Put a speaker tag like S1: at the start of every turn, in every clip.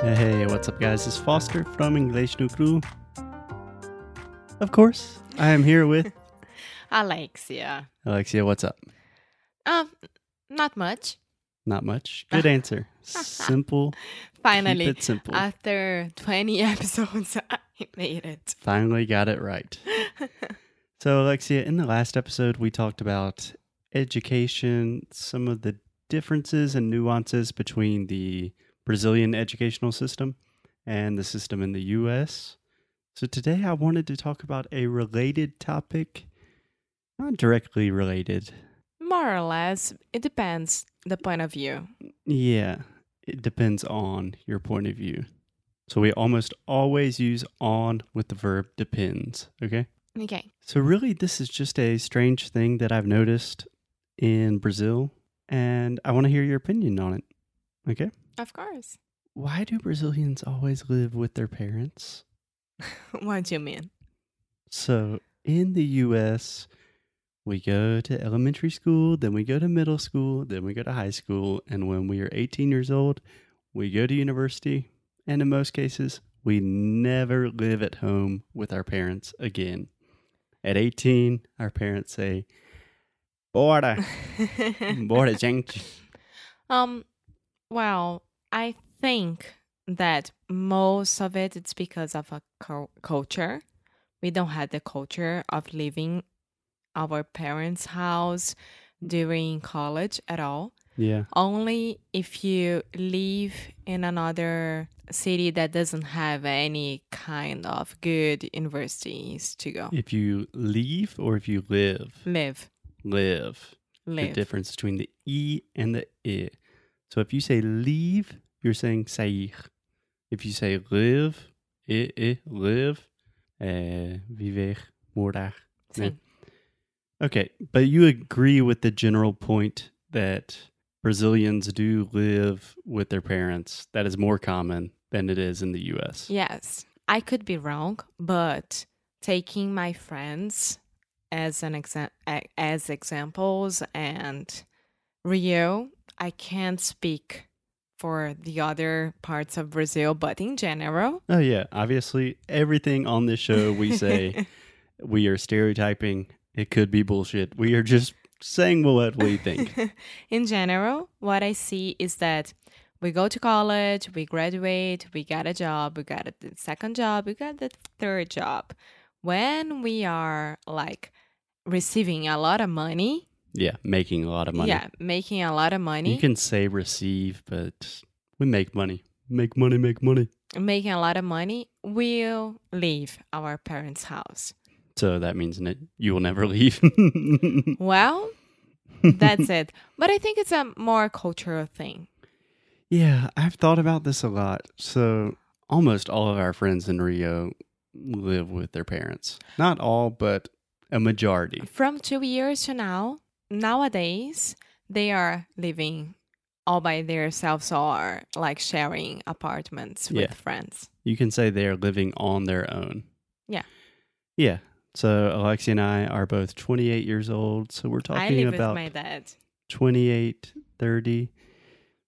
S1: Hey, what's up, guys? It's Foster from English No Crew. Of course, I am here with
S2: Alexia.
S1: Alexia. What's up?
S2: Uh, not much.
S1: Not much. Good answer. Simple.
S2: Finally,
S1: Keep it simple.
S2: after 20 episodes, I made it.
S1: Finally got it right. so, Alexia, in the last episode, we talked about education, some of the differences and nuances between the Brazilian educational system and the system in the US. So, today I wanted to talk about a related topic, not directly related.
S2: More or less, it depends the point of view.
S1: Yeah, it depends on your point of view. So, we almost always use on with the verb depends, okay?
S2: Okay.
S1: So, really, this is just a strange thing that I've noticed in Brazil, and I want to hear your opinion on it. Okay.
S2: Of course.
S1: Why do Brazilians always live with their parents?
S2: what do you mean?
S1: So, in the US, we go to elementary school, then we go to middle school, then we go to high school, and when we are 18 years old, we go to university, and in most cases, we never live at home with our parents again. At 18, our parents say, Bora. Bora, gente.
S2: um, well, I think that most of it it's because of a cul- culture. We don't have the culture of leaving our parents' house during college at all.
S1: Yeah.
S2: only if you live in another city that doesn't have any kind of good universities to go.
S1: If you leave or if you live,
S2: Live,
S1: live. the
S2: live.
S1: difference between the e and the i. So if you say leave, you're saying sair. If you say live, i, i live, eh, viver, morar.
S2: Sim.
S1: Okay, but you agree with the general point that Brazilians do live with their parents. That is more common than it is in the U.S.
S2: Yes, I could be wrong, but taking my friends as an exa- a- as examples and Rio, I can't speak for the other parts of Brazil, but in general,
S1: Oh yeah, obviously everything on this show we say we are stereotyping. It could be bullshit. We are just saying what we think.
S2: in general, what I see is that we go to college, we graduate, we got a job, we got a th- second job, we got the third job. When we are like receiving a lot of money,
S1: yeah, making a lot of money.
S2: yeah, making a lot of money,
S1: You can say receive, but we make money. Make money, make money.
S2: making a lot of money, we'll leave our parents' house.
S1: So that means that you will never leave.
S2: Well, that's it. But I think it's a more cultural thing.
S1: yeah, I've thought about this a lot. So almost all of our friends in Rio live with their parents. Not all, but a majority.
S2: From two years to now, nowadays, they are living all by themselves or like sharing apartments
S1: Yeah.
S2: with friends.
S1: you can say they're living on their own.
S2: Yeah.
S1: Yeah. So Alexia and I are both 28 years old. So we're
S2: I
S1: talking
S2: live
S1: about
S2: with my dad.
S1: 28, 30.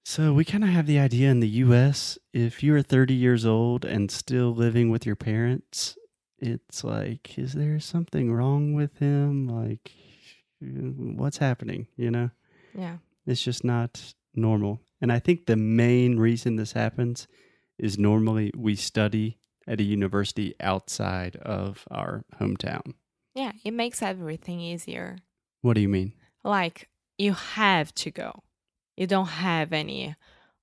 S1: So we kind of have the idea in the US if you're 30 years old and still living with your parents, it's like, is there something wrong with him? Like, what's happening? You know?
S2: Yeah.
S1: It's just not normal. And I think the main reason this happens is normally we study at a university outside of our hometown.
S2: Yeah. It makes everything easier.
S1: What do you mean?
S2: Like, you have to go, you don't have any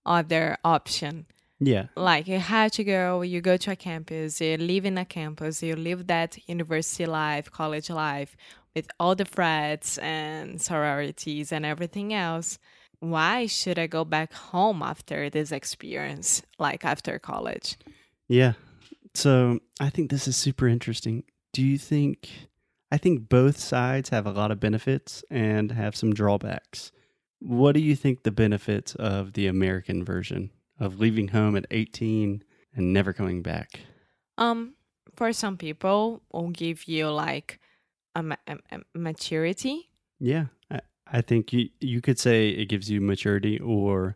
S2: other option.
S1: Yeah.
S2: like you have to go you go to a campus you live in a campus you live that university life college life with all the frats and sororities and everything else why should I go back home after this experience, like after college?
S1: Yeah. So I think this is super interesting. Do you think? I think both sides have a lot of benefits and have some drawbacks. What do you think the benefits of the American version of leaving home at 18 and never coming back?
S2: Um, for some people, will give you like a, ma- a- a maturity.
S1: Yeah, I, I think you you could say it gives you maturity, or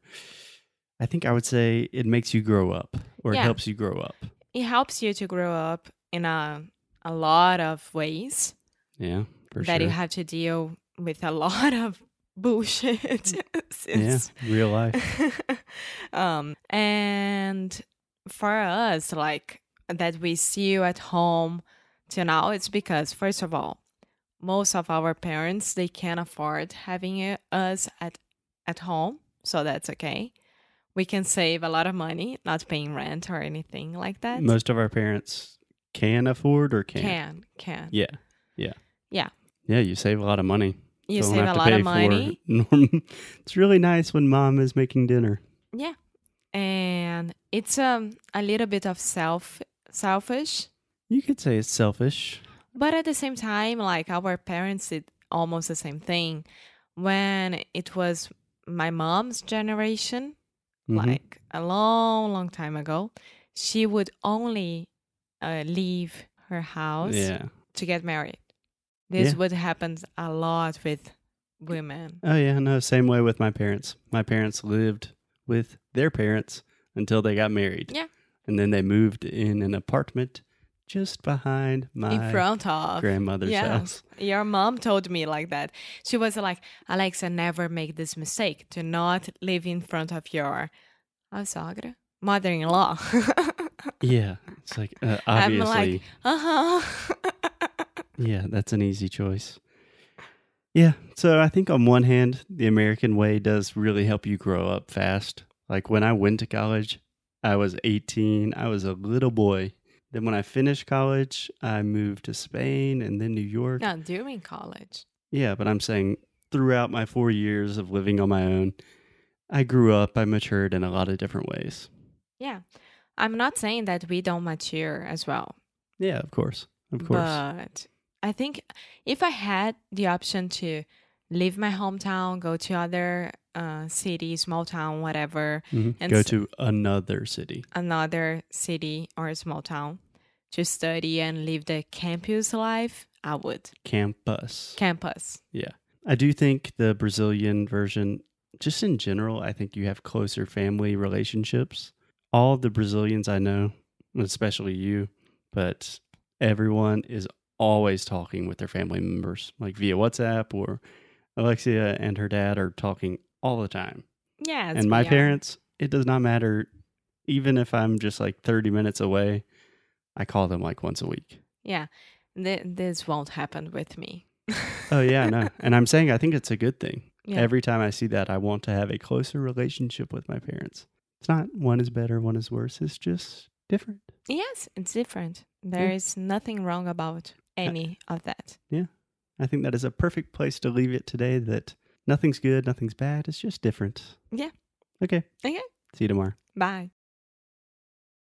S1: I think I would say it makes you grow up, or it
S2: Yeah.
S1: helps you grow up.
S2: It helps you to grow up in a a lot of ways
S1: Yeah, for sure.
S2: that you have to deal with a lot of bullshit.
S1: Mm. yeah,
S2: since-
S1: real life.
S2: um, and for us, like that we see you at home till now, it's because first of all, most of our parents they can't afford having you- us at at home, so that's okay. We can save a lot of money, not paying rent or anything like that.
S1: Most of our parents can afford or can't.
S2: can can
S1: Yeah, yeah,
S2: Yeah.
S1: yeah. You save a lot of money.
S2: you
S1: Don't
S2: save
S1: have
S2: a
S1: to
S2: lot
S1: pay
S2: of
S1: for-
S2: money?
S1: it's really nice when mom is making dinner.
S2: Yeah, and it's um a little bit of self selfish
S1: You could say it's selfish.
S2: But at the same time, like our parents did almost the same thing. When it was my mom's generation,
S1: Mhm.
S2: like a long, long time ago, she would only uh, leave her house
S1: yeah.
S2: to get married. This
S1: Yeah.
S2: would happen a lot with women.
S1: Oh yeah, no, same way with my parents. My parents lived with their parents until they got married.
S2: Yeah.
S1: And then they moved in an apartment just behind my
S2: in front of
S1: grandmother's
S2: yeah.
S1: house.
S2: Your mom told me like that. She was like, Alexa, never make this mistake. Do not live in front of your a sogra, mother in law.
S1: Yeah. It's like uh,
S2: I'm like-
S1: obviously.
S2: uh huh.
S1: Yeah, that's an easy choice. Yeah. So I think on one hand, the American way does really help you grow up fast. Like when I went to college, I was 18, I was a little boy. Then when I finished college, I moved to Spain and then New York.
S2: Not during college.
S1: Yeah, but I'm saying throughout my four years of living on my own, I grew up, I matured in a lot of different ways.
S2: Yeah. I'm not saying that we don't mature as well.
S1: Yeah, of course. Of course.
S2: But I think if I had the option to leave my hometown, go to other uh, city, small town, whatever,
S1: Mhm.
S2: and
S1: Go
S2: s-
S1: to another city.
S2: another city or a small town to study and live the campus life, I would.
S1: Campus.
S2: Campus.
S1: I do think the Brazilian version, just in general, I think you have closer family relationships. All the Brazilians I know, especially you, but everyone is always talking with their family members, like via WhatsApp or Alexia and her dad are talking all the time.
S2: Yes.
S1: and my
S2: we are.
S1: parents, it does not matter. Even if I'm just like 30 minutes away, I call them like once a week.
S2: Yeah. Th- this won't happen with me.
S1: Oh, yeah, I know. and I'm saying I think it's a good thing.
S2: Yeah.
S1: Every time I see that, I want to have a closer relationship with my parents. It's not one is better, one is worse. It's just different.
S2: Yes, it's different. There
S1: Yeah. Uh,
S2: is nothing wrong about any of that.
S1: I think that is a perfect place to leave it today that nothing's good, nothing's bad. It's just different.
S2: Yeah.
S1: Okay.
S2: Okay.
S1: See you tomorrow.
S2: Bye.